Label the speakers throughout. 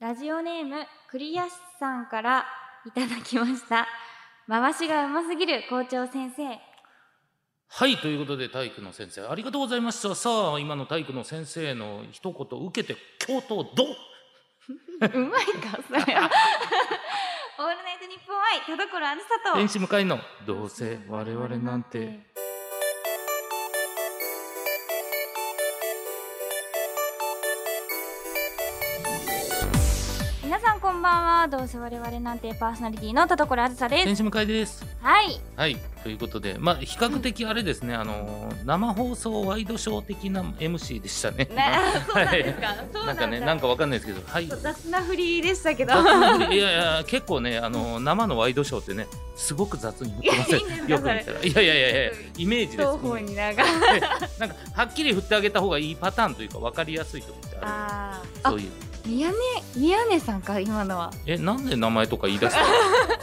Speaker 1: ラジオネームクリアスさんからいただきました回しがうますぎる校長先 生
Speaker 2: はいということで体育の先生ありがとうございましたさあ今の体育の先生の一言を受けて教頭どう
Speaker 1: うまいかそれはオールナイトニッポン愛田所あずさと
Speaker 2: 天使向かいのどうせ我々なんて
Speaker 1: 皆さんこんばんはどうせ我々なんてパーソナリティの田所あずさです
Speaker 2: 天使向かいです
Speaker 1: はい
Speaker 2: はいということでまあ比較的あれですね、あの生放送ワイドショー的な MC でした ね
Speaker 1: ねそうなんですか、そうなん
Speaker 2: な
Speaker 1: ん
Speaker 2: か
Speaker 1: だ
Speaker 2: ねなんかわかんないですけどはい
Speaker 1: 雑な振りでしたけど
Speaker 2: いやいや結構ねあの生のワイドショーってねすごく雑に振ってません
Speaker 1: いや いいんですか
Speaker 2: よく見たらいやいやいやいやイメージです
Speaker 1: 双方に長い
Speaker 2: なんかはっきり振ってあげた方がいいパターンというか分かりやすいと思ってあ
Speaker 1: あ
Speaker 2: る
Speaker 1: ー
Speaker 2: そういう
Speaker 1: 宮根宮根さんか今のは
Speaker 2: えなんで名前とか言い出したの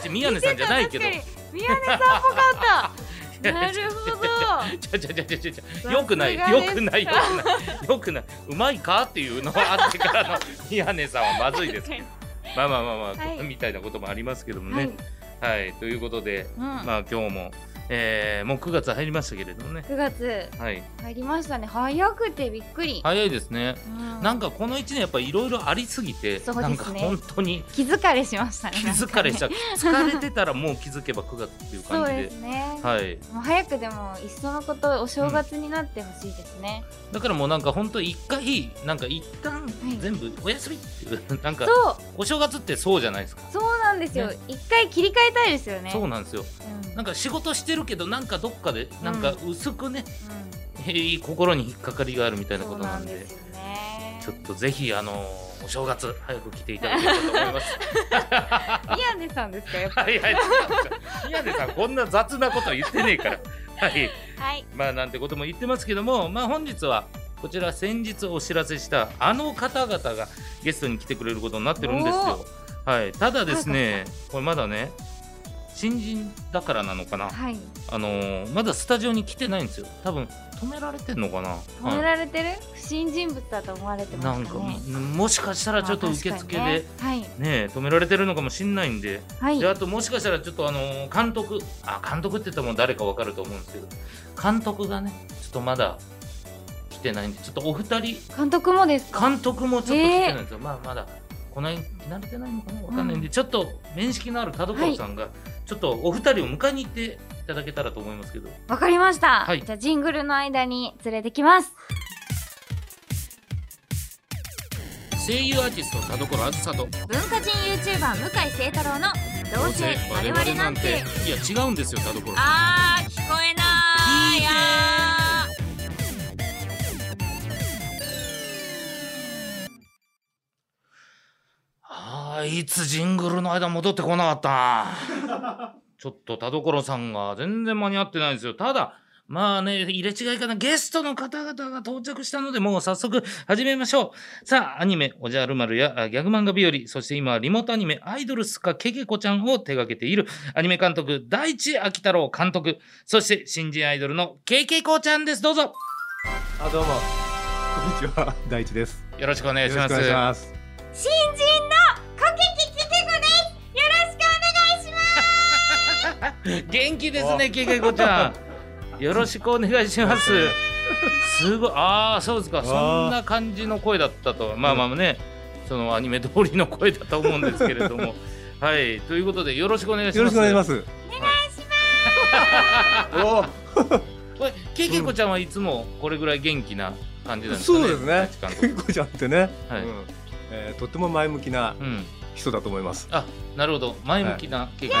Speaker 2: ち宮根さんじゃないけど
Speaker 1: 確かに宮根さんっぽかっ たなるほど
Speaker 2: ちゃちゃちゃちゃち
Speaker 1: さすが
Speaker 2: ゃち
Speaker 1: です
Speaker 2: ゃよくないよくないよくないよくないうまいかっていうのはあってからの宮根さんはまずいですまあまあまあまあ、
Speaker 1: はい
Speaker 2: みたいなこともありますけども
Speaker 1: はい、う
Speaker 2: ね
Speaker 1: ん、
Speaker 2: はい、ということでまあ今日も、えーもう9月入りましたけれどもね
Speaker 1: 9月
Speaker 2: はい
Speaker 1: 入りましたね早くてびっくり、
Speaker 2: 早いですね
Speaker 1: うん
Speaker 2: なんかこの1年やっぱいろいろありすぎて、
Speaker 1: そうですね
Speaker 2: なんか本当に
Speaker 1: 気疲れしましたね
Speaker 2: 気疲れし
Speaker 1: ゃ
Speaker 2: た、疲れてたらもう気づけば9月っていう
Speaker 1: そ
Speaker 2: 感
Speaker 1: う
Speaker 2: じで
Speaker 1: ですね、
Speaker 2: はい、
Speaker 1: もう早くでもいっそのことお正月になってほしいですね、
Speaker 2: だからもうなんか本当一回なんか一旦
Speaker 1: い
Speaker 2: 全部お休みっていう、 なんか
Speaker 1: そう
Speaker 2: お正月ってそうじゃないですか、
Speaker 1: そうなんですよ
Speaker 2: ね
Speaker 1: 一、回切り替えたいですよね
Speaker 2: そう
Speaker 1: う
Speaker 2: なんですよ
Speaker 1: ん
Speaker 2: なんか仕事してるけどなんかどっかでなんか薄くね、へい心に引っかかりがあるみたいな
Speaker 1: うん
Speaker 2: こ
Speaker 1: そう
Speaker 2: とな
Speaker 1: なんん
Speaker 2: で
Speaker 1: ですよね
Speaker 2: ちょっとぜひあのお正月早く来ていただきたいと思います。
Speaker 1: 宮根さんですかやっぱ
Speaker 2: はいはい、違う宮根さんこんな雑なこと言ってねえから。はい
Speaker 1: はい
Speaker 2: まあなんてことも言ってますけども、まあ、本日はこちら先日お知らせしたあの方々がゲストに来てくれることになってるんですよ。はい、ただですねこれまだね新人だからなのかな、
Speaker 1: はい
Speaker 2: あのーまだスタジオに来てないんですよ多分止められてんのかな。
Speaker 1: 褒め
Speaker 2: はい
Speaker 1: られてる、不審人物だと思われてま
Speaker 2: な
Speaker 1: す
Speaker 2: ん
Speaker 1: か
Speaker 2: か
Speaker 1: ね
Speaker 2: もしかしたらちょっと受付で、
Speaker 1: まあ
Speaker 2: ね
Speaker 1: 確かにね
Speaker 2: 止められてるのかもしんないんで
Speaker 1: はい
Speaker 2: で
Speaker 1: は
Speaker 2: あ
Speaker 1: い
Speaker 2: ともしかしたらちょっとあのー監督あ監督って言ったらもう誰かわかると思うんですけど監督がねちょっとまだ来てないんでちょっとお二人
Speaker 1: 監督もですか
Speaker 2: 監督もちょっと来てないんですよ、まあまだこの辺慣れてないのかなわかんないんで、ちょっと面識のある田所さんが、ちょっとお二人を迎えに行っていただけたらと思いますけど
Speaker 1: わかりました、
Speaker 2: はい
Speaker 1: じゃあジングルの間に連れてきます
Speaker 2: 声優アーティスト田所あずさと
Speaker 1: 文化人 YouTuber 向井聖太郎のどうせ我々なんて
Speaker 2: いや違うんですよ田所
Speaker 1: あー聞こえな
Speaker 2: 聞いて
Speaker 1: いあー
Speaker 2: ああいつジングルの間戻ってこなかったなちょっと田所さんが全然間に合ってないんですよただまあね入れ違いかなゲストの方々が到着したのでもう早速始めましょうさあアニメ「おじゃる丸」やあギャグ漫画日和そして今はリモートアニメ「アイドルスカけけこちゃん」を手掛けているアニメ監督大地秋太郎監督そして新人アイドルのけけこちゃんですどうぞ
Speaker 3: あどうもこんにちは大地です。
Speaker 2: よろしくお願いし
Speaker 3: よろ
Speaker 2: ま
Speaker 3: し
Speaker 2: す
Speaker 3: くお願いします。
Speaker 1: 新人のコケキキケコですよろしくお願いします
Speaker 2: 元気ですねけけこちゃんよろしくお願いしますすごいああそうですか
Speaker 3: ー
Speaker 2: そんな感じの声だったとまあまあねそのアニメ通りの声だと思うんですけれど もはいということでよろしくお願いします
Speaker 3: よろしくお願いしますす。
Speaker 2: これけけこちゃんはいつもこれぐらい元気な感じなんですかね
Speaker 3: そうですね
Speaker 2: 時間。
Speaker 3: けいこちゃんってね、
Speaker 2: はい
Speaker 3: うんえーとっても前向きな
Speaker 2: うん
Speaker 3: 人だと思います。
Speaker 2: あなるほど前向きなけけ、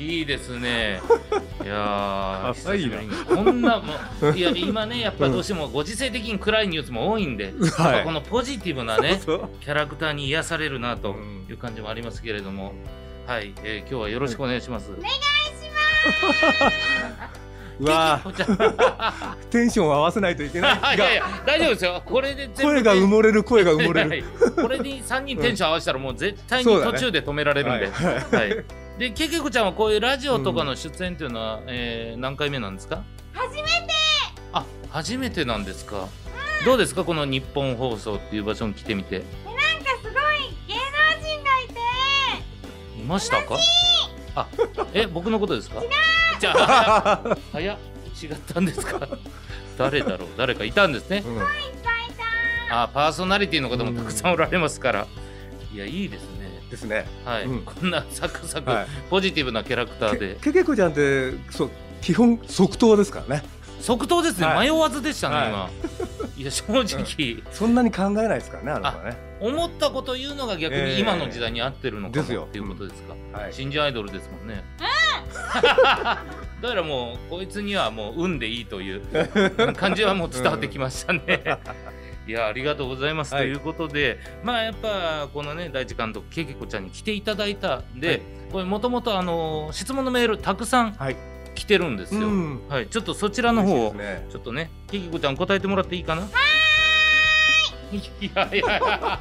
Speaker 2: い、 いです ねいやー
Speaker 3: あ
Speaker 2: 久しぶりにこんなもういや今ねやっぱどうしてもご時世的に暗いニュースも多いんで、
Speaker 3: はい
Speaker 2: このポジティブな ね
Speaker 3: そう
Speaker 2: キャラクターに癒されるなという感じもありますけれども、はい、えー今日はよろしくお願いします。
Speaker 3: うわ
Speaker 2: けけこちゃ
Speaker 3: あテンションを合わせないといけないが
Speaker 2: んいやいや大丈夫ですよこれで全部
Speaker 3: 声が埋もれる声が埋もれ
Speaker 2: はい
Speaker 3: る。
Speaker 2: これに3人テンション合わせたらもう絶対に
Speaker 3: そうだ
Speaker 2: 途
Speaker 3: ね
Speaker 2: 中で止められるんで、
Speaker 3: はい
Speaker 2: はい、でけけこちゃんはこういうラジオとかの出演というのは、えー何回目なんですか
Speaker 1: 初めて
Speaker 2: あ初めてなんですかどうですかこの日本放送っていう場所に来てみて
Speaker 1: なんかすごい芸能人がいて
Speaker 2: いましたかあえ僕のことですか違うじゃあ早っ違ったんですか誰だろう誰かいたんですね
Speaker 3: うん
Speaker 1: いっぱいいた
Speaker 2: あパーソナリティの方もたくさんおられますからいやいいですね
Speaker 3: ですね。
Speaker 2: はい、
Speaker 3: うん
Speaker 2: こんなサクサク、
Speaker 3: はい。
Speaker 2: ポジティブなキャラクターで
Speaker 3: けけけこちゃんってそう基本即答ですからね。
Speaker 2: 即答ですね、
Speaker 3: は
Speaker 2: 迷
Speaker 3: い
Speaker 2: わずでしたね、
Speaker 3: は
Speaker 2: 今いや正直、
Speaker 3: そんなに考えないですからねあの子はね。
Speaker 2: 思ったこと言うのが逆
Speaker 3: え
Speaker 2: に
Speaker 3: え
Speaker 2: 今の時代に合ってるのか
Speaker 3: です
Speaker 2: も
Speaker 3: よ
Speaker 2: っていうことですか、
Speaker 3: はい。
Speaker 2: 新人アイドルですもんね、 だからもうこいつにはもう運でいいという感じはもう伝わってきましたね、 いやありがとうございます、
Speaker 3: はい
Speaker 2: ということでまあやっぱこのね大地監督けけこちゃんに来ていただいたんで、
Speaker 3: はい
Speaker 2: これもともとあの質問のメールたくさん
Speaker 3: はい。
Speaker 2: 来てるんですよ、
Speaker 3: ん。
Speaker 2: はいちょっとそちらの方を
Speaker 3: 嬉しいですね。
Speaker 2: ちょっとね、キキコちゃん答えてもらっていいかな。はー い。いやいや、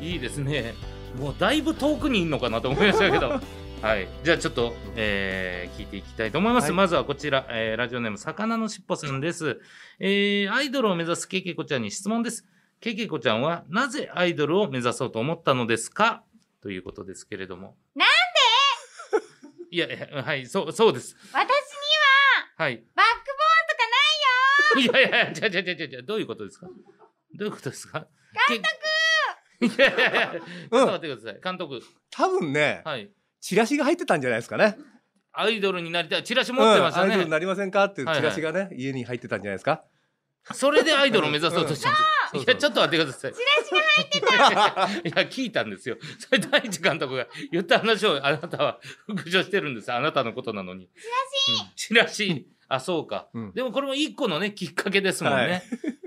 Speaker 2: いいですね。もうだいぶ遠くにいるのかなと思いましたけ ど。はい、じゃあちょっと、えー聞いていきたいと思います。
Speaker 3: はい
Speaker 2: まずはこちら、えーラジオネーム魚のしっぽさんです。えーアイドルを目指すけけこちゃんに質問です。けけこちゃんはなぜアイドルを目指そうと思ったのですかということですけれども。
Speaker 1: なん
Speaker 2: で？いやいやはい、そうそうです。
Speaker 1: 私には
Speaker 2: はい。
Speaker 1: バックボーンとかない
Speaker 2: いやいやいや、じゃじゃじゃじゃじゃ、どういうことですか。どういうことですか。監督。いやいやいや、ちょっと待ってください、監督。
Speaker 3: 多分ね
Speaker 2: はい。
Speaker 3: チラシが入ってたんじゃないですかね。
Speaker 2: アイドルになりたい、チラシ持ってました
Speaker 3: うんアイドル
Speaker 2: ね。
Speaker 3: になりませんかっていう
Speaker 2: はいは
Speaker 3: チ
Speaker 2: い
Speaker 3: ラシがね家に入ってたんじゃないで すか。
Speaker 2: それでアイドルを目指そうとしたんです
Speaker 3: うん
Speaker 2: よ。いや、ちょっと待ってください。チラシが入ってた。いや、聞いたんですよ。それ大地監督が言った話を、あなたは復唱してるんです。あなたのことなのに。チラシ。チラシ。あ、そうか。
Speaker 3: うん。
Speaker 2: でもこれも一個のね、きっかけですもんね。
Speaker 3: はい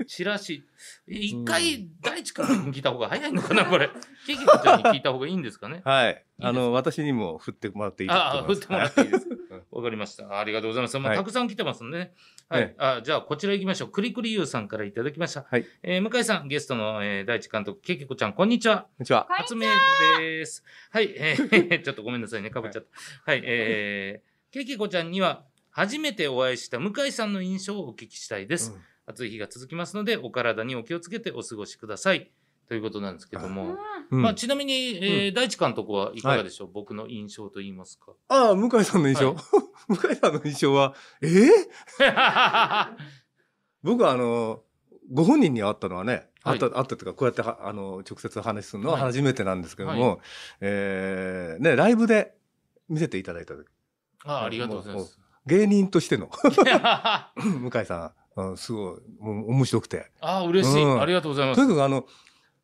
Speaker 2: チラシ。え一回、大地から聞いた方が早いのかな、こ れ。ケキコちゃんに聞いた方がいいんですかね。
Speaker 3: はい。
Speaker 2: す
Speaker 3: あの私にも振ってもらっていいと
Speaker 2: ああ、
Speaker 3: 思
Speaker 2: 振
Speaker 3: い
Speaker 2: っ
Speaker 3: ます
Speaker 2: ても らっていいです
Speaker 3: はい。
Speaker 2: わかりました。ありがとうございます。もう
Speaker 3: はい
Speaker 2: たくさん来てますんでね。はい。
Speaker 3: え
Speaker 2: あじゃあ、こちら行きましょう。くりくりゆうさんからいただきました。
Speaker 3: はい
Speaker 2: えー向井さん、ゲストの、えー、大地監督、ケキコちゃん、こんにちは。
Speaker 3: こんにちは。
Speaker 1: こんにち
Speaker 2: 初メールです。はい、えーちょっとごめんなさいね、かぶっちゃった。はい、えー、けけこちゃんには、初めてお会いした向井さんの印象をお聞きしたいです。
Speaker 3: うん
Speaker 2: 暑い日が続きますので、お体にお気をつけてお過ごしください。ということなんですけど
Speaker 1: よ、
Speaker 2: も。
Speaker 3: うん
Speaker 2: まあ、ちなみに、えー大地監督はいかがでしょう、僕の印象と言いますか。
Speaker 3: ああ、向井さんの印象、
Speaker 2: は
Speaker 3: 向井さんの印象は、ええ 僕はあの、ご本人に会ったのはね、
Speaker 2: はい
Speaker 3: 会った、会ったというか、こうやっては、あの、直接話するのは
Speaker 2: はい
Speaker 3: 初めてなんですけども、
Speaker 2: は
Speaker 3: えーね、ライブで見せていただいた時、
Speaker 2: あありがとうござい ます。
Speaker 3: 芸人としての、
Speaker 2: あ
Speaker 3: 向井さん、うんすごい、もう面白くて。
Speaker 2: あ、嬉しい、
Speaker 3: うん
Speaker 2: ありがとうございま
Speaker 3: と
Speaker 2: す
Speaker 3: に。かくあの、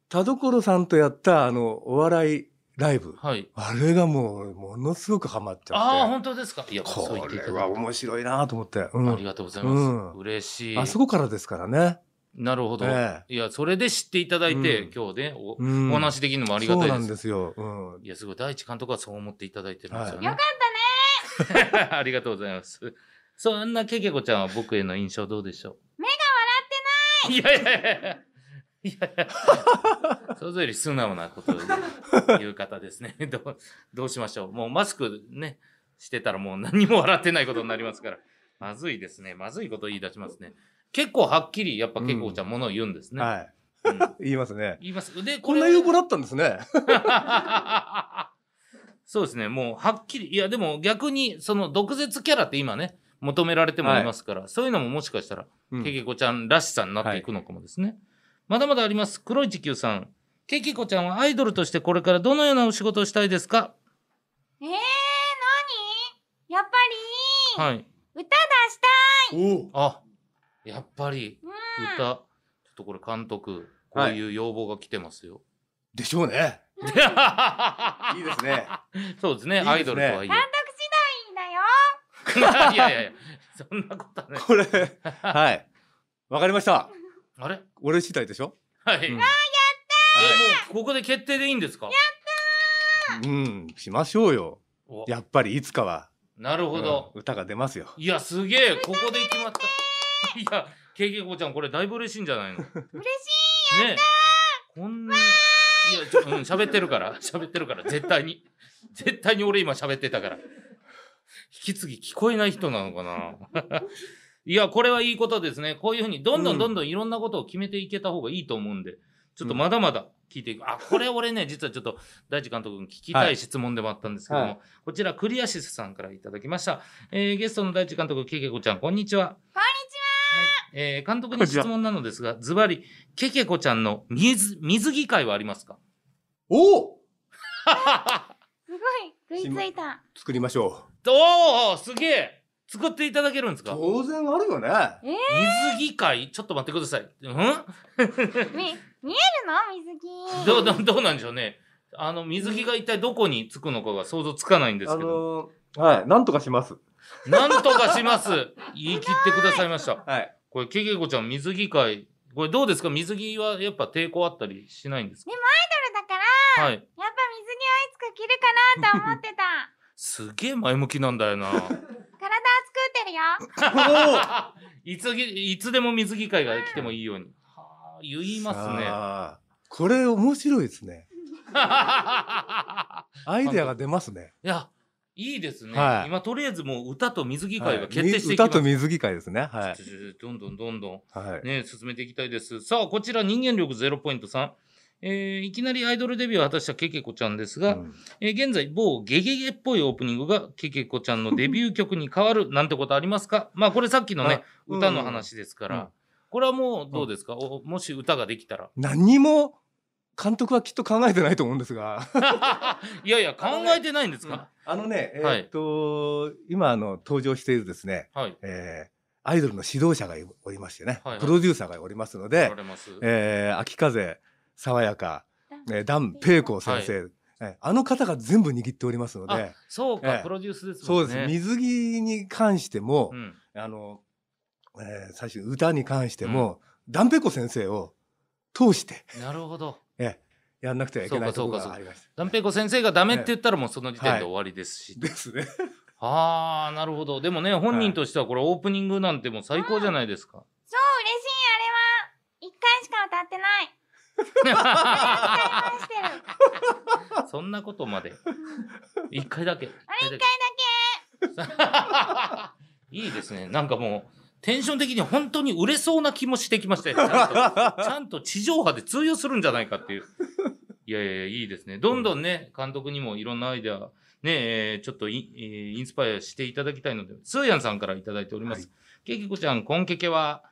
Speaker 3: 田所さんとやった、あの、お笑いライブ、
Speaker 2: はい。
Speaker 3: あれがもう、ものすごくハマっち
Speaker 2: ああ、
Speaker 3: ゃって、
Speaker 2: 本当ですか。いや、そう言
Speaker 3: こ
Speaker 2: っていた
Speaker 3: れ
Speaker 2: だい
Speaker 3: は
Speaker 2: て
Speaker 3: 面白いなと思って、うん
Speaker 2: ありがとうございます。
Speaker 3: うん
Speaker 2: 嬉しい。
Speaker 3: あそこからですからね。
Speaker 2: なるほど。
Speaker 3: え
Speaker 2: いや、それで知っていただいて、
Speaker 3: うん
Speaker 2: 今日ねお、
Speaker 3: うん
Speaker 2: お話しできるのもありがたい
Speaker 3: そ
Speaker 2: で
Speaker 3: うなん
Speaker 2: す。
Speaker 3: ですよ。うん。
Speaker 2: いや、すごい。第一監督はそう思っていただいてるんですよね。
Speaker 1: かっ
Speaker 2: ありがとうございます。そんなけけこちゃんは僕への印象どうでしょう目が笑ってないいやいやいや。いやいやそれより素直なことを言う方ですね。 どう、どうしましょう。もうマスクね、してたらもう何も笑ってないことになりますから。まずいですね。まずいこと言い出しますね。結構はっきり、やっぱけけこちゃん、ものを言うんですね。
Speaker 3: はい。
Speaker 2: うん
Speaker 3: 言いますね。
Speaker 2: 言います。で、
Speaker 3: こんな有効
Speaker 2: だ
Speaker 3: だったんですね。
Speaker 2: そうですね。もう、はっきり。いや、でも逆に、その、毒舌キャラって今ね、求められてもいますから、そういうのももしかしたら、
Speaker 3: うん
Speaker 2: けけこちゃんらしさになっていくのかもですね。まだまだあります。黒い地球さん。けけこちゃんはアイドルとしてこれからどのようなお仕事をしたいですか
Speaker 1: たねえー、何やっぱり、
Speaker 2: はい。
Speaker 1: 歌出した
Speaker 3: お
Speaker 2: あ、やっぱり、
Speaker 1: うん
Speaker 2: 歌。ちょっとこれ監督、こういう要望が来てます よ。
Speaker 3: でしょうね。いいですね。
Speaker 2: そうですね。
Speaker 3: いいですね
Speaker 2: アイドルとはいえ。
Speaker 1: 監督次第だよ
Speaker 2: いやいやいや、そんなことはない。
Speaker 3: これ、はい。わかりました。
Speaker 2: あれ
Speaker 3: 俺次第でしょ
Speaker 2: はい。
Speaker 3: うん
Speaker 2: え、もうここで決定でいいんですか
Speaker 3: うん、しましょうよ。
Speaker 2: お
Speaker 3: やっぱりいつかは、
Speaker 2: なるほど
Speaker 3: う。ん歌が出ますよ。
Speaker 2: いや、すげえ、ここで決まった。いや、けいけいこちゃん、これだいぶ嬉しいんじゃないの
Speaker 1: 嬉し
Speaker 2: ねえこんな。いや、ちょ、うん、喋ってるから、喋ってるから、絶対に。絶対に俺今喋ってたから。引き継ぎ聞こえない人なのかないや、これはいいことですね。こういうふうに、どんどんどんどんいろんなことを決めていけた方がいいと思うんで、ちょっとまだまだ聞いていく。あ、これ俺ね、実はちょっと、大地監督に聞きたい質問でもあったんですけども、
Speaker 3: はい
Speaker 2: こちら、クリアシスさんからいただきました。えーゲストの大地監督、けけこちゃん、こんにちは。はいえー監督に質問なのですが、ズバリ、けけこちゃんの水、水着会はありますか
Speaker 3: おお
Speaker 1: すごい食いついた
Speaker 3: 作りましょ
Speaker 2: おーすげえ作っていただけるんです
Speaker 3: う。
Speaker 2: か
Speaker 3: 当然あるよね。
Speaker 2: 水着会ちょっと待ってください。う
Speaker 1: み
Speaker 2: ん
Speaker 1: 見えるの水着
Speaker 2: どうどうどうなんでしょうね。あの、水着が一体どこにつくのかが想像つかないんです
Speaker 3: あ
Speaker 2: けど。
Speaker 3: のーはい、なんとかします。
Speaker 2: なんとかし ます言い切ってくださいました。
Speaker 3: はい。
Speaker 2: これ、けけこちゃん、水着会。これどうですか水着はやっぱ抵抗あったりしないんですか
Speaker 1: だから
Speaker 2: はい。
Speaker 1: やっぱ水着はいつか着るかなと思ってた
Speaker 2: すげえ前向きなんだよな。
Speaker 1: 体は作ってるよ
Speaker 3: おー
Speaker 2: いつぎ、いつでも水着会が来てもいいように。はあ、言いますね。
Speaker 3: あーこれ面白いですね。 アイデアが出ますね。
Speaker 2: いや、いいですね。
Speaker 3: はい
Speaker 2: 今、とりあえずもう歌と水着
Speaker 3: はい
Speaker 2: 会が決定していきま
Speaker 3: 歌
Speaker 2: す。
Speaker 3: と水着会ですね。はい。
Speaker 2: どんどんどんどん、
Speaker 3: はい。
Speaker 2: ね、進めていきたいです。さあ、こちら、人間力ゼロポイントさん。えーいきなりアイドルデビューを果たしたけけこちゃんですが、
Speaker 3: うん
Speaker 2: えー現在、某ゲゲゲっぽいオープニングがけけこちゃんのデビュー曲に変わるなんてことありますかまあ、これさっきのね、
Speaker 3: うん
Speaker 2: 歌の話ですから、
Speaker 3: うん
Speaker 2: これはもうどうですか、おもし歌ができたら。
Speaker 3: 何にも監督はきっと考えてないと思うんです が。
Speaker 2: いやいや、考えてないんですか、
Speaker 3: あのね、え
Speaker 2: はい
Speaker 3: ーっと、今あの登場しているですね、
Speaker 2: はい。
Speaker 3: えーアイドルの指導者がおりましてね、
Speaker 2: はいはい
Speaker 3: プロデューサーがおりますの
Speaker 2: お
Speaker 3: で
Speaker 2: ら、れます。
Speaker 3: えー秋風爽やか、えー、ダン・ペイコー先生、えーあの方が全部握っておりますの
Speaker 2: あ
Speaker 3: で、
Speaker 2: そうか、
Speaker 3: ええ
Speaker 2: プロデュースです
Speaker 3: そ
Speaker 2: も
Speaker 3: うん
Speaker 2: ね。
Speaker 3: です。水着に関しても
Speaker 2: う、ん
Speaker 3: あの、えー最初歌に関しても、ダンペコ先生を通して
Speaker 2: なるほど。
Speaker 3: やんなくてはいけない
Speaker 2: そ
Speaker 3: と
Speaker 2: うか
Speaker 3: ころ
Speaker 2: そうかそう
Speaker 3: が
Speaker 2: か
Speaker 3: ありました。
Speaker 2: ダンペイコ先生がダメって言ったらもうその時点で終わりですし。
Speaker 3: です ね。
Speaker 2: ああ、なるほど。でもね、本人としてはこれオープニングなんてもう最高じゃないです か。
Speaker 1: 超嬉しいあれは一回しか歌ってない歌いして る
Speaker 2: そんなことまで。一回だけ。
Speaker 1: あれ一回だ
Speaker 2: いいですね。なんかもう、テンション的に本当に売れそうな気もしてきましたよ。ちゃんと、ちゃんと地上波で通用するんじゃないかっていう。いやいやいや、いいですね。どんどんね、監督にもいろんなアイデア、ね、えーちょっとイ,、えーインスパイアしていただきたいので、スーヤンさんからいただいております。ケイキコちゃん、コンケケ は、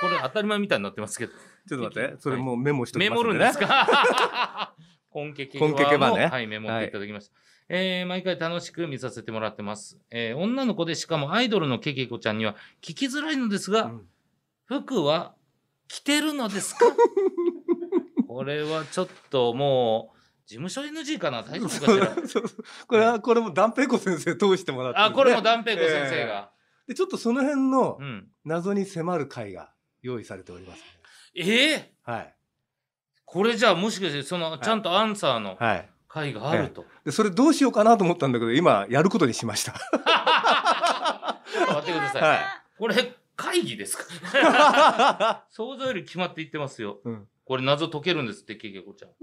Speaker 2: これ当たり前みたいになってますけど。
Speaker 3: ちょっと待って、それもうメモしておき
Speaker 2: メ
Speaker 3: ますね。
Speaker 2: モるんですか コンケケバ
Speaker 3: コンケケバ
Speaker 2: も、
Speaker 3: ね
Speaker 2: はい、メモっていただきました。えー毎回楽しく見させてもらってます。えー女の子でしかもアイドルのケケコちゃんには聞きづらいのですが、
Speaker 3: うん
Speaker 2: 服は着てるのですか これはちょっともう、事務所 NG かな大丈夫かし ら
Speaker 3: そうそうこれは、これもダンペイコ先生通してもらってるんで、
Speaker 2: あ、これもダンペイコ先生が。
Speaker 3: で、ちょっとその辺の
Speaker 2: うん。
Speaker 3: 謎に迫る回が用意されております、ね。
Speaker 2: ええ
Speaker 3: はい。
Speaker 2: これじゃあもしかして、その、ちゃんとアンサーの
Speaker 3: はい。
Speaker 2: 回があると。
Speaker 3: で、それどうしようかなと思ったんだけど、今、やることにしました。
Speaker 2: ちょっと待ってください。
Speaker 3: はい
Speaker 2: これ、会議ですか想像より決まっていってますよ。
Speaker 3: うん
Speaker 2: これ謎解けるんですって、けけこちゃん。
Speaker 1: 本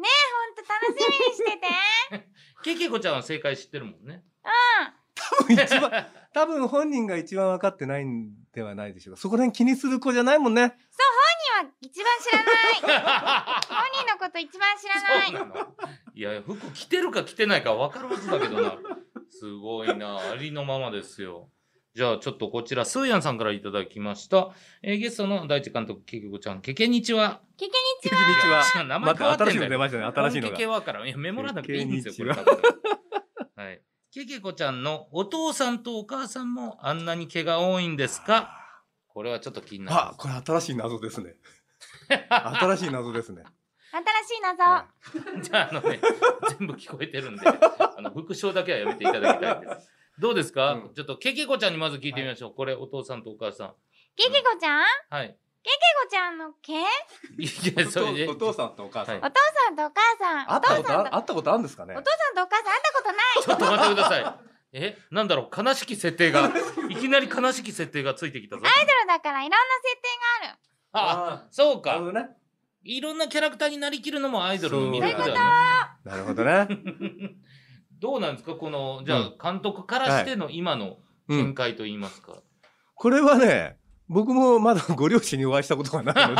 Speaker 1: 当楽しみにしてて
Speaker 2: けけこちゃんは正解知ってるもんね。
Speaker 3: 一番、多分本人が一番分かってないんではないでしょうか。そこら辺気にする子じゃないもんね。
Speaker 1: 本人は一番知らない本人のこと一番知らない
Speaker 2: そうなのいや、服着てるか着てないか分かるはずだけどな。すごいな。ありのままですよ。じゃあ、ちょっとこちら、スーヤンさんからいただきました。えーゲストの大地監督、けけこちゃん、けけにちは。
Speaker 1: ケケに
Speaker 3: こ
Speaker 1: ち
Speaker 3: ん
Speaker 1: は
Speaker 3: にちは。
Speaker 2: 違う名前
Speaker 3: ま
Speaker 2: 変わ
Speaker 3: た
Speaker 2: ってんだ
Speaker 3: 新しい
Speaker 2: よ
Speaker 3: の出ましたね。新しいの
Speaker 2: コン
Speaker 3: が
Speaker 2: ケ。ケワから。いや、メモらなくていいんですよ、
Speaker 3: ケケ
Speaker 2: こ
Speaker 3: ニ
Speaker 2: れ多分。はい。けけこちゃんのお父さんとお母さんもあんなに毛が多いんですかこれはちょっと気になり
Speaker 3: あ
Speaker 2: ま、す。
Speaker 3: これ新しい謎ですね。新しい謎ですね。
Speaker 1: 新しい謎、
Speaker 3: は
Speaker 2: じゃあ、あのね、全部聞こえてるんで、あの、復唱だけはやめていただきたいです。どうですか、
Speaker 3: うん
Speaker 2: ちょっとけけこちゃんにまず聞いてみましょう。これ、お父さんとお母さん。
Speaker 1: ケケコちゃん
Speaker 2: はい。
Speaker 1: ケコちゃんの毛
Speaker 2: い
Speaker 3: い
Speaker 2: や、それで
Speaker 3: お。父さんとお母さん。
Speaker 2: は
Speaker 1: お父さんとお母さん
Speaker 3: 会
Speaker 1: お
Speaker 3: っ
Speaker 1: 父
Speaker 3: た
Speaker 1: さ
Speaker 3: こ
Speaker 1: ん
Speaker 3: と
Speaker 1: と
Speaker 3: あ会ったことあるんですかね
Speaker 1: お父さんとお母さん会ったことない
Speaker 2: ちょっと待ってください。えなんだろう悲しき設定 が。いきなり悲しき設定がついてきたぞ。
Speaker 1: アイドルだからいろんな設定がある
Speaker 2: あ、
Speaker 3: あ
Speaker 2: そう
Speaker 3: ーなる
Speaker 2: か
Speaker 3: ほ。どね。
Speaker 2: いろんなキャラクターになりきるのもアイドルの魅
Speaker 1: そ
Speaker 2: 力
Speaker 1: うい
Speaker 2: だ
Speaker 1: うこ
Speaker 2: よね。
Speaker 3: なるほどね。
Speaker 2: どうなんですかこの、じゃあ監督からしての今の
Speaker 3: う
Speaker 2: 見
Speaker 3: ん。
Speaker 2: 解といいますか。、
Speaker 3: これはね、僕もまだご両親にお会いしたことがないので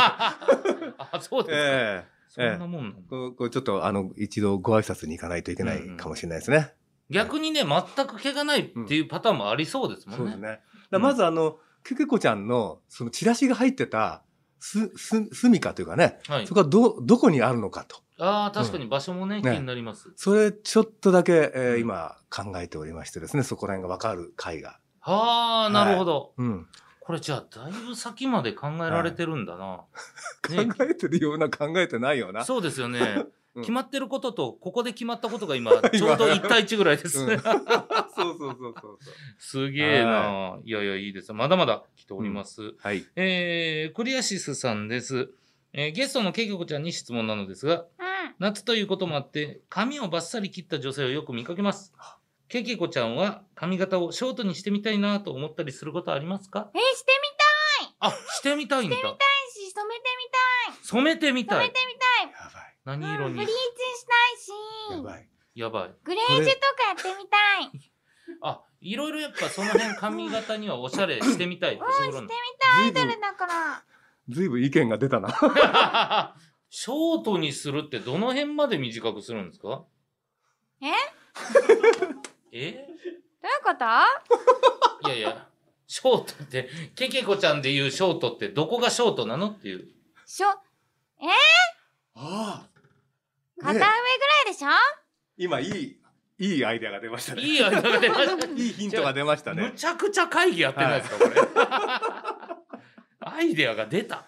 Speaker 2: あ、そうですか。
Speaker 3: え
Speaker 2: そんなもんなんだ
Speaker 3: えこうこうちょっとあの、一度ご挨拶に行かないといけないかもしれないですね。
Speaker 2: 逆にね、全く毛がないっていうパターンもありそうですも
Speaker 3: そ
Speaker 2: ん
Speaker 3: う
Speaker 2: ね。
Speaker 3: ですね。だからまずあの、けけこちゃんの、そのチラシが入ってた、す、す、すみかというかね、
Speaker 2: はい
Speaker 3: そ。こはど、どこにあるのかと。
Speaker 2: ああ、確かに場所もね、
Speaker 3: ん
Speaker 2: 気
Speaker 3: ね
Speaker 2: になります。
Speaker 3: それ、ちょっとだけ、えー
Speaker 2: うん
Speaker 3: 今、考えておりましてですね、そこら辺がわかる回が。
Speaker 2: はあ、なるほど。
Speaker 3: うん。
Speaker 2: これじゃあ、だいぶ先まで考えられてるんだな。
Speaker 3: 考
Speaker 2: ね
Speaker 3: えてるような、考えてないような。。
Speaker 2: そうですよね
Speaker 3: うん
Speaker 2: 決まってることと、ここで決まったことが今、ちょうど1対1ぐらいです
Speaker 3: う
Speaker 2: ね
Speaker 3: ん。そうそうそうそうそう。
Speaker 2: すげえな。いやいや、いいです。まだまだ来ております。
Speaker 3: はい。
Speaker 2: えー、クリアシスさんです。えーゲストのケイコちゃんに質問なのですが、夏ということもあって、髪をバッサリ切った女性をよく見かけます。ケイコちゃんは髪型をショートにしてみたいなと思ったりすることはありますか
Speaker 1: え、してみ
Speaker 2: あ、してみたいんだ。
Speaker 1: たいし、染めて
Speaker 2: 染めてみ
Speaker 1: みたい。
Speaker 2: た
Speaker 1: 染め
Speaker 2: い
Speaker 1: て。
Speaker 3: やばい。
Speaker 2: 何
Speaker 1: みたい。
Speaker 2: 色
Speaker 1: うんブ
Speaker 2: に
Speaker 1: リーチしたいし、
Speaker 3: やばい。
Speaker 2: やばい。
Speaker 1: グレージュとかやってみたい。
Speaker 2: あ、いろいろやっぱその辺髪型にはおしゃれしてみたいって
Speaker 1: うん、
Speaker 2: と
Speaker 1: し
Speaker 2: こ
Speaker 1: てみ
Speaker 2: ろ
Speaker 1: た
Speaker 2: なの
Speaker 1: い。
Speaker 3: ず
Speaker 1: ア
Speaker 3: い
Speaker 1: イド
Speaker 3: ぶん
Speaker 1: ルだから。
Speaker 3: ずいぶん意見が出たな。
Speaker 2: ショートにするってどの辺まで短くするんですか
Speaker 1: え
Speaker 2: え
Speaker 1: どういうこと
Speaker 2: いやいや、ショートって、けけこちゃんで言うショートってどこがショートなのっていう。
Speaker 1: しょ、
Speaker 3: ああ
Speaker 1: 片上ぐらいでしょ
Speaker 3: 今、いい、いいアイデアが出ましたね。
Speaker 2: いいアイデアが出ましたね。
Speaker 3: いいヒントが出ました
Speaker 2: む
Speaker 3: ね。
Speaker 2: ちゃくちゃ会議やってないですか、これ。 アイデアが出た。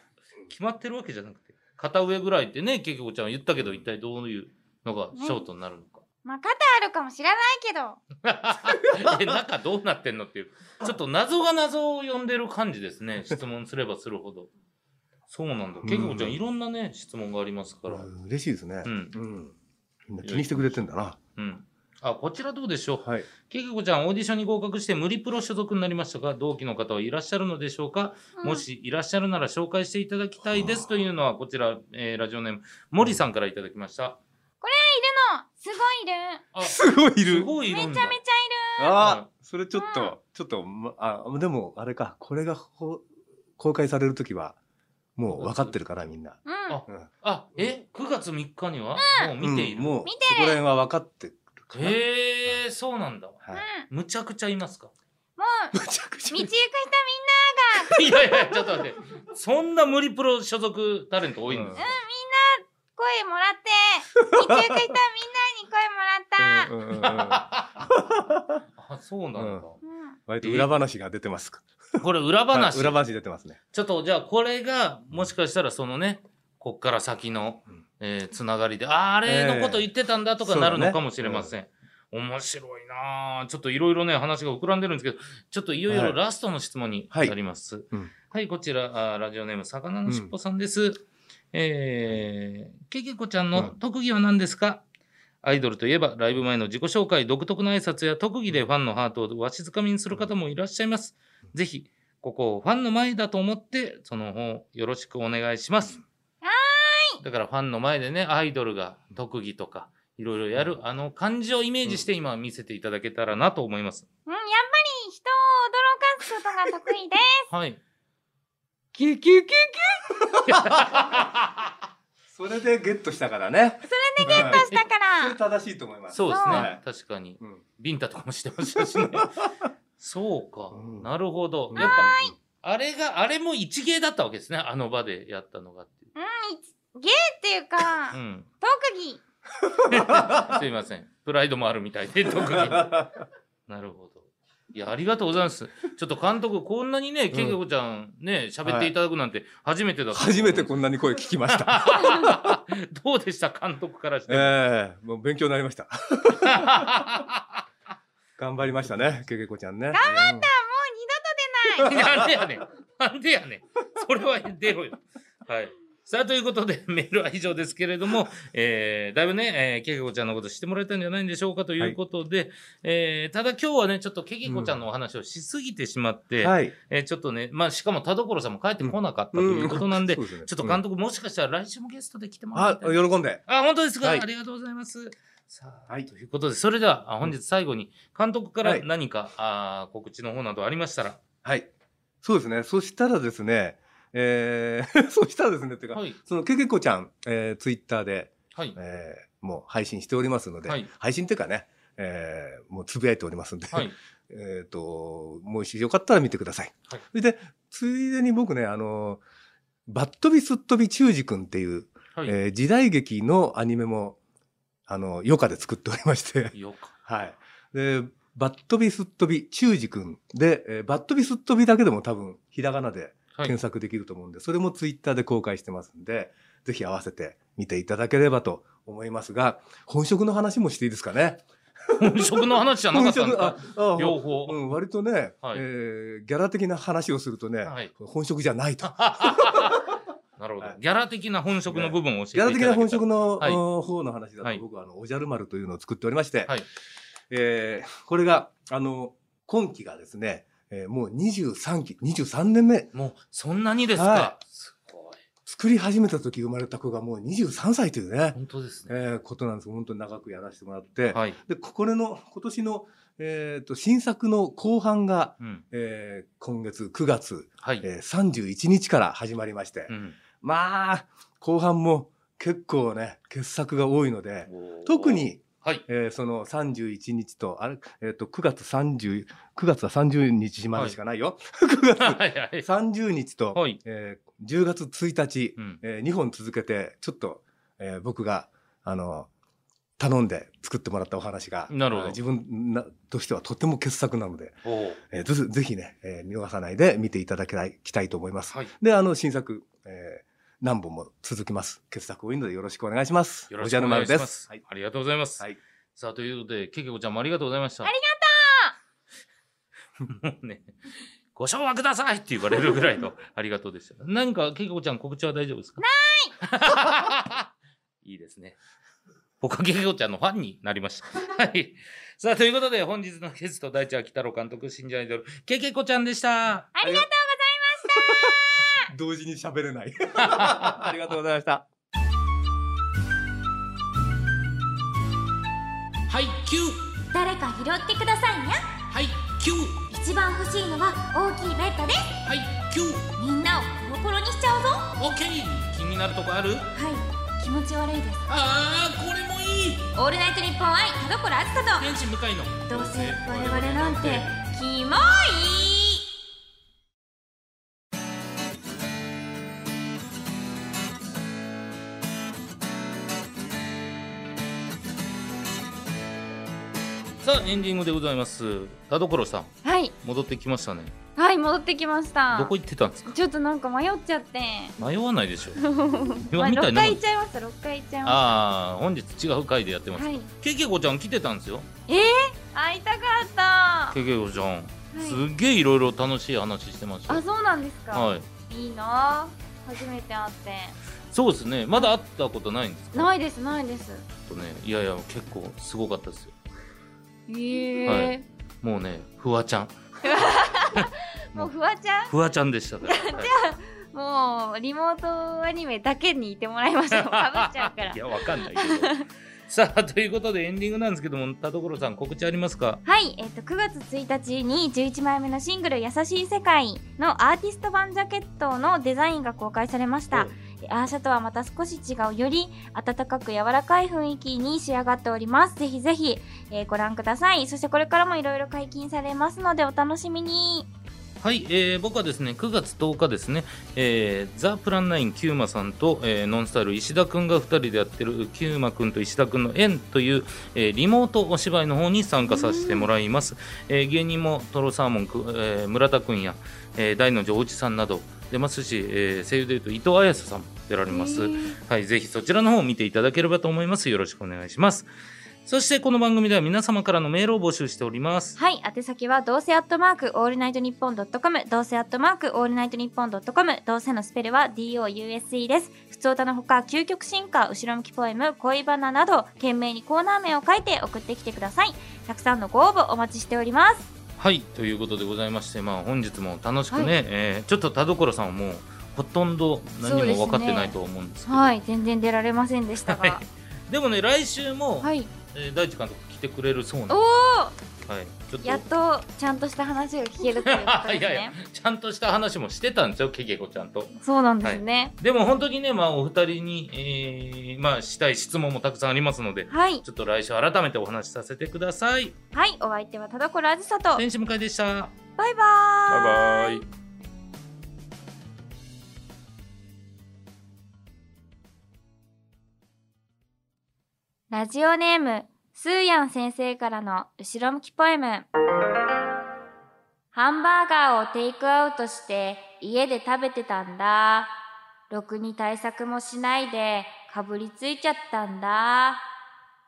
Speaker 2: 決まってるわけじゃなくて。片上ぐらいってね、けけこちゃんは言ったけど、一体どういうのがショートになるの か。
Speaker 1: まあ、肩あるかもしれないけど。
Speaker 2: え中どうなってんのっていうちょっと謎が謎を呼んでる感じですね質問すればするほどそうなんだ
Speaker 3: うん
Speaker 2: けけこちゃんいろんなね質問がありますから
Speaker 3: うん嬉しいですね。
Speaker 2: うん
Speaker 3: うん。みんな気にしてくれてんだな。
Speaker 2: うんあこちらどうでしょう
Speaker 3: はい。
Speaker 2: けけこちゃんオーディションに合格して無理プロ所属になりましたが同期の方はいらっしゃるのでしょうか、
Speaker 1: うん
Speaker 2: もしいらっしゃるなら紹介していただきたいですというのはこちら、えーラジオネーム森さんからいただきました
Speaker 1: の、すごいいる。
Speaker 2: あす
Speaker 3: すごいいる。
Speaker 2: ごいい
Speaker 1: めち
Speaker 2: る
Speaker 1: ゃ
Speaker 2: ん
Speaker 1: め
Speaker 2: だ
Speaker 1: ちゃいる。
Speaker 3: ああ、それちょっと、ちょっと、まあ、でも、あれか、これがほ公開されるときは、もう分かってるから、みんな。
Speaker 1: うん。
Speaker 2: あ
Speaker 3: うん
Speaker 2: あえ9月3日には、もう見ている、
Speaker 3: うんもう、
Speaker 1: 見て
Speaker 3: そこら辺は分かってるかな。
Speaker 2: へえそうなんだ
Speaker 1: うん。
Speaker 3: はい。
Speaker 2: むちゃくちゃいますか
Speaker 1: もう、
Speaker 3: むちゃくち
Speaker 1: 道
Speaker 3: ゃ
Speaker 1: 行く人みんな、
Speaker 2: いやいやちょっと待ってそんな無理プロ所属タレント多いんですか、
Speaker 1: 声もらって、道行く人みんなに声もらった。
Speaker 3: うんうんうんうん
Speaker 2: あそうなんだ、
Speaker 1: うん。
Speaker 3: 割と裏話が出てますか。
Speaker 2: これ裏話、
Speaker 3: はい裏話出てますね。
Speaker 2: ちょっとじゃあこれがもしかしたらそのねこっから先の
Speaker 3: うん、
Speaker 2: えーつながりであーあれのこと言ってたんだとかなる
Speaker 3: え
Speaker 2: の
Speaker 3: え
Speaker 2: かもしれません、面白いなあちょっといろいろね話が膨らんでるんですけどちょっといよい
Speaker 3: は
Speaker 2: よ
Speaker 3: い
Speaker 2: ラストの質問になりますはい、
Speaker 3: うん
Speaker 2: こちらあーラジオネーム魚のしっぽさんです、えー、けけこちゃんの特技は何ですか、アイドルといえばライブ前の自己紹介独特な挨拶や特技でファンのハートをわしづかみにする方もいらっしゃいますぜひここをファンの前だと思ってその方よろしくお願いします
Speaker 1: は
Speaker 2: だからファンの前でねアイドルが特技とかいろいろやるあの感じをイメージして今見せていただけたらなと思います、
Speaker 1: うん、やっぱり人を驚かすことが得意で。
Speaker 2: はい
Speaker 1: キュキュキュキ
Speaker 3: それでゲットしたからね。それでゲッ
Speaker 1: ュしたか
Speaker 3: それ
Speaker 1: ら。
Speaker 3: 正しいと思います。
Speaker 2: そうですね、
Speaker 3: はい
Speaker 2: 確かに
Speaker 3: うん
Speaker 2: ビンタとかもしてましたし ねそうか、
Speaker 3: うん
Speaker 2: なるほどやっぱあれがあれも一芸だったわけですねあの場でやったのがっていう
Speaker 1: うん、ゲーっていうか
Speaker 2: う、ん
Speaker 1: 特技。
Speaker 2: すいません。プライドもあるみたいで、特 に。なるほど。いや、ありがとうございます。ちょっと監督、こんなにね、けけこちゃんね、喋っていただくなんて初めてだと思う
Speaker 3: 初めてこんなに声聞きました。
Speaker 2: どうでした監督からして。
Speaker 3: ええもう勉強になりました。 頑張りましたね、けけこちゃんね。頑張っ
Speaker 1: もう二度と出ない。
Speaker 2: なんでやねん。なんでやねん。それは出ろよ。はい。さあ、ということで、 メールは以上ですけれども、えー、だいぶね、えー、けけこちゃんのこと知ってもらえたんじゃないんでしょうかということで、えー、ただ今日はね、ちょっとけけこちゃんのお話をしすぎてしまって、
Speaker 3: はい。
Speaker 2: えーちょっとね、まあ、しかも田所さんも帰ってこなかったということなんで、ちょっと監督、もしかしたら来週もゲストで来てもら
Speaker 3: あ
Speaker 2: っ、て。
Speaker 3: 喜んで。
Speaker 2: あ、本当ですか、
Speaker 3: はい
Speaker 2: ありがとうございます。さあ、
Speaker 3: はい
Speaker 2: ということで、それでは、あ本日最後に、監督か
Speaker 3: は
Speaker 2: ら
Speaker 3: い
Speaker 2: 何か、あー告知の方などありましたら、
Speaker 3: はい。そうですね。そしたらですね、え ーそしたらですね、っていうか、
Speaker 2: はい。
Speaker 3: そのけけこちゃん、えー、ツイッターで、
Speaker 2: はい。
Speaker 3: えーもう配信しておりますので、
Speaker 2: はい
Speaker 3: 配信っていうかね、えーもうつぶやいておりますんで、
Speaker 2: はい。
Speaker 3: えっと、もしよかったら見てください。
Speaker 2: はい
Speaker 3: それで、ついでに僕ね、あの、バットビすっ飛び中治くんっていう、
Speaker 2: はい。
Speaker 3: えー時代劇のアニメも、あの、余暇で作っておりまして、
Speaker 2: よか。
Speaker 3: はい。で、バットビすっ飛び中治くんで、えーバットビすっ飛びだけでも多分、ひらがなで
Speaker 2: はい
Speaker 3: 検。索できると思うんで、それもツイッターで公開してますんで、ぜひ合わせて見ていただければと思いますが、本職の話もしていいですかね。
Speaker 2: 本職の話じゃなかったんですか
Speaker 3: 本職ああ
Speaker 2: 両方。
Speaker 3: うん、割とね、
Speaker 2: はい
Speaker 3: えーギャラ的な話をするとね、
Speaker 2: はい
Speaker 3: 本職じゃないと。
Speaker 2: なるほど
Speaker 3: はい。
Speaker 2: ギャラ的な本職の部分を教えてい
Speaker 3: ギャ
Speaker 2: ただ
Speaker 3: ラ
Speaker 2: け
Speaker 3: 的
Speaker 2: たら
Speaker 3: な本職の、
Speaker 2: はい
Speaker 3: お方の話だと、
Speaker 2: はい
Speaker 3: 僕はあのおじゃる丸というのを作っておりまして、
Speaker 2: はい
Speaker 3: えーこれがあの今期がですね、えーもう23期23年目
Speaker 2: もう、そんなにですか、
Speaker 3: は
Speaker 2: すごい。
Speaker 3: 作り始めた時生まれた子がもう23歳というね、
Speaker 2: 本当です
Speaker 3: え
Speaker 2: ね。
Speaker 3: ーことなんです本当に長くやらせてもらって、
Speaker 2: はい。
Speaker 3: でここれの今年の、えーと新作の後半が、
Speaker 2: うん。
Speaker 3: えー今月9月、
Speaker 2: はい。
Speaker 3: えー31日から始まりまして、
Speaker 2: うん
Speaker 3: まあ、後半も結構ね、傑作が多いので、特、に、
Speaker 2: はい。
Speaker 3: えーその31日と、あれ、えっ、と、9月30、9月は30日までしかないよ。9月
Speaker 2: はいはい。
Speaker 3: 30日と、
Speaker 2: はい。
Speaker 3: えー10月1日、
Speaker 2: うん。
Speaker 3: え2本続けて、ちょっと、えー僕が、あの、頼んで作ってもらったお話が、
Speaker 2: なるほど
Speaker 3: あー自分なとしてはとっても傑作なので、
Speaker 2: おー
Speaker 3: えーぜぜひね、えー見逃さないで見ていただきたいきたいと思います。
Speaker 2: はい。
Speaker 3: で、あの、新作、えー何本も続きます。傑作多いのでよろしくお願いします。
Speaker 2: よろ
Speaker 3: お
Speaker 2: し
Speaker 3: じ
Speaker 2: く
Speaker 3: ゃる
Speaker 2: お願
Speaker 3: 丸
Speaker 2: いし
Speaker 3: で
Speaker 2: ます
Speaker 3: す。。はい。
Speaker 2: ありがとうございます。
Speaker 3: はい
Speaker 2: さあ、ということで、けけこちゃんもありがとうございました。ありがとうもうね、ご唱和くださいって言われるぐらいのありがとうでした。何か、けけこちゃん告知は大丈夫ですかない いいですね。僕はけけこちゃんのファンになりま した。はい。さあ、ということで、本日のゲスト、大地秋太郎監督、新人アイドル、けけこちゃんでした。
Speaker 1: ありがとう
Speaker 3: 同時に喋れない。 ありがとうございました。
Speaker 2: はい、キュー
Speaker 1: 誰か拾ってくださいにゃ
Speaker 2: はい、キュー
Speaker 1: 一番欲しいのは大きいベッドです
Speaker 2: はい、キュー
Speaker 1: みんなをコロコロにしちゃうぞは
Speaker 2: オッケー気になるとこある
Speaker 1: い気持ち悪いです
Speaker 2: あー、これもいい
Speaker 1: オールナイトニッポン愛田所あずさ
Speaker 2: 天使向かいの
Speaker 1: とどうせ我々なんてキモい
Speaker 2: さあエンディングでございます田所さん
Speaker 1: はい
Speaker 2: 戻ってきましたね
Speaker 1: はい戻ってきました
Speaker 2: どこ行ってたんですか
Speaker 1: ちょっとなんか迷っちゃって
Speaker 2: 迷わない でしょ
Speaker 1: まあ
Speaker 2: みたい
Speaker 1: 6
Speaker 2: な
Speaker 1: 回行っちゃいました6回行っちゃいま
Speaker 2: ああ本日違う回でやってま
Speaker 1: した
Speaker 2: す
Speaker 1: はい
Speaker 2: けけこちゃん来てたんですよ
Speaker 1: えー、会いたかっ
Speaker 2: けけこちゃん、
Speaker 1: た、はい、
Speaker 2: すっげえいろいろ楽しい話してました
Speaker 1: あ
Speaker 2: よ
Speaker 1: そうなんですか、
Speaker 2: はい
Speaker 1: い、いなあ初めて会って
Speaker 2: そうですねまだ会ったことないんですか
Speaker 1: ないですないです
Speaker 2: ちょっとねいやいや結構すごかったですよ
Speaker 1: えー
Speaker 2: はもうねフワちゃん
Speaker 1: もうフワちゃん
Speaker 2: フワちゃんでしたから、 はい
Speaker 1: もうリモートアニメだけにいてもらいま したもんかぶっちゃうから
Speaker 2: いやわかんないけどさあということでエンディングなんですけども田所さん告知ありますか
Speaker 1: はい、えっと9月1日に11枚目のシングル「優しい世界」のアーティスト版ジャケットのデザインが公開されましたアーシャとはまた少し違うより温かく柔らかい雰囲気に仕上がっておりますぜひぜひ、えーご覧くださいそしてこれからもいろいろ解禁されますのでお楽しみに
Speaker 2: はい、えー僕はですね9月10日ですね、えーザ・プランナインキューマさんと、えーノンスタイル石田くんが2人でやってるキューマくんと石田くんの縁という、えーリモートお芝居の方に参加させてもらいます、えー芸人もトロサーモンく、えー村田くんや、えー大のおじさんなど出ますし、えー声優でいうと伊藤綾瀬さんも出られます、
Speaker 1: えー
Speaker 2: はい、ぜひそちらの方を見ていただければと思います。よろしくお願いします。そしてこの番組では皆様からのメールを募集しております。
Speaker 1: はい、宛先はどうせアットマークオールナイトニッポンドットコム、どうせアットマークオールナイトニッポンドットコム、どうせのスペルは DOUSE です。普通歌のほか、究極進化、後ろ向きポエム、恋バナなど、懸命にコーナー名を書いて送ってきてください。たくさんのご応募お待ちしております。
Speaker 2: はい、ということでございまして、まあ本日も楽しくね、えーちょっと田所さんはもうほとんど何も分かってないと思うんですけど、
Speaker 1: はい、全然出られませんでしたが。
Speaker 2: でもね来週も、
Speaker 1: はい、
Speaker 2: えー大地監督来てくれるそうなんで
Speaker 1: おお、
Speaker 2: はい、ちょっと
Speaker 1: やっとちゃんとした話が聞けるという ことですね
Speaker 2: いやいやちゃんとした話もしてたんですよけけこちゃんと
Speaker 1: そうなんですね
Speaker 2: でも本当にねまあお二人に、えーまあしたい質問もたくさんありますので
Speaker 1: はい
Speaker 2: ちょっと来週改めてお話しさせてください
Speaker 1: はいお相手は田所あずさと
Speaker 2: 天使向井でした
Speaker 1: バイバー
Speaker 4: バイバイ。
Speaker 1: ラジオネーム、スーヤン先生からの後ろ向きポエム。ハンバーガーをテイクアウトして家で食べてたんだ。ろくに対策もしないでかぶりついちゃったんだ。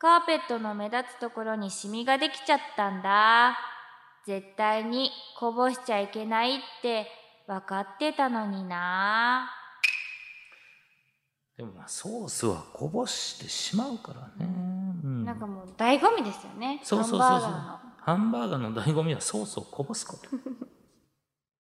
Speaker 1: カーペットの目立つところにシミができちゃったんだ。絶対にこぼしちゃいけないって分かってたのにな。
Speaker 2: でもまあソースはこぼしてしまうからね、うん
Speaker 1: なんかもう醍醐味ですよね。
Speaker 2: そうそうそうそう
Speaker 1: ハンバーガーの。
Speaker 2: ハンバーガーの醍醐味はソースをこぼすこと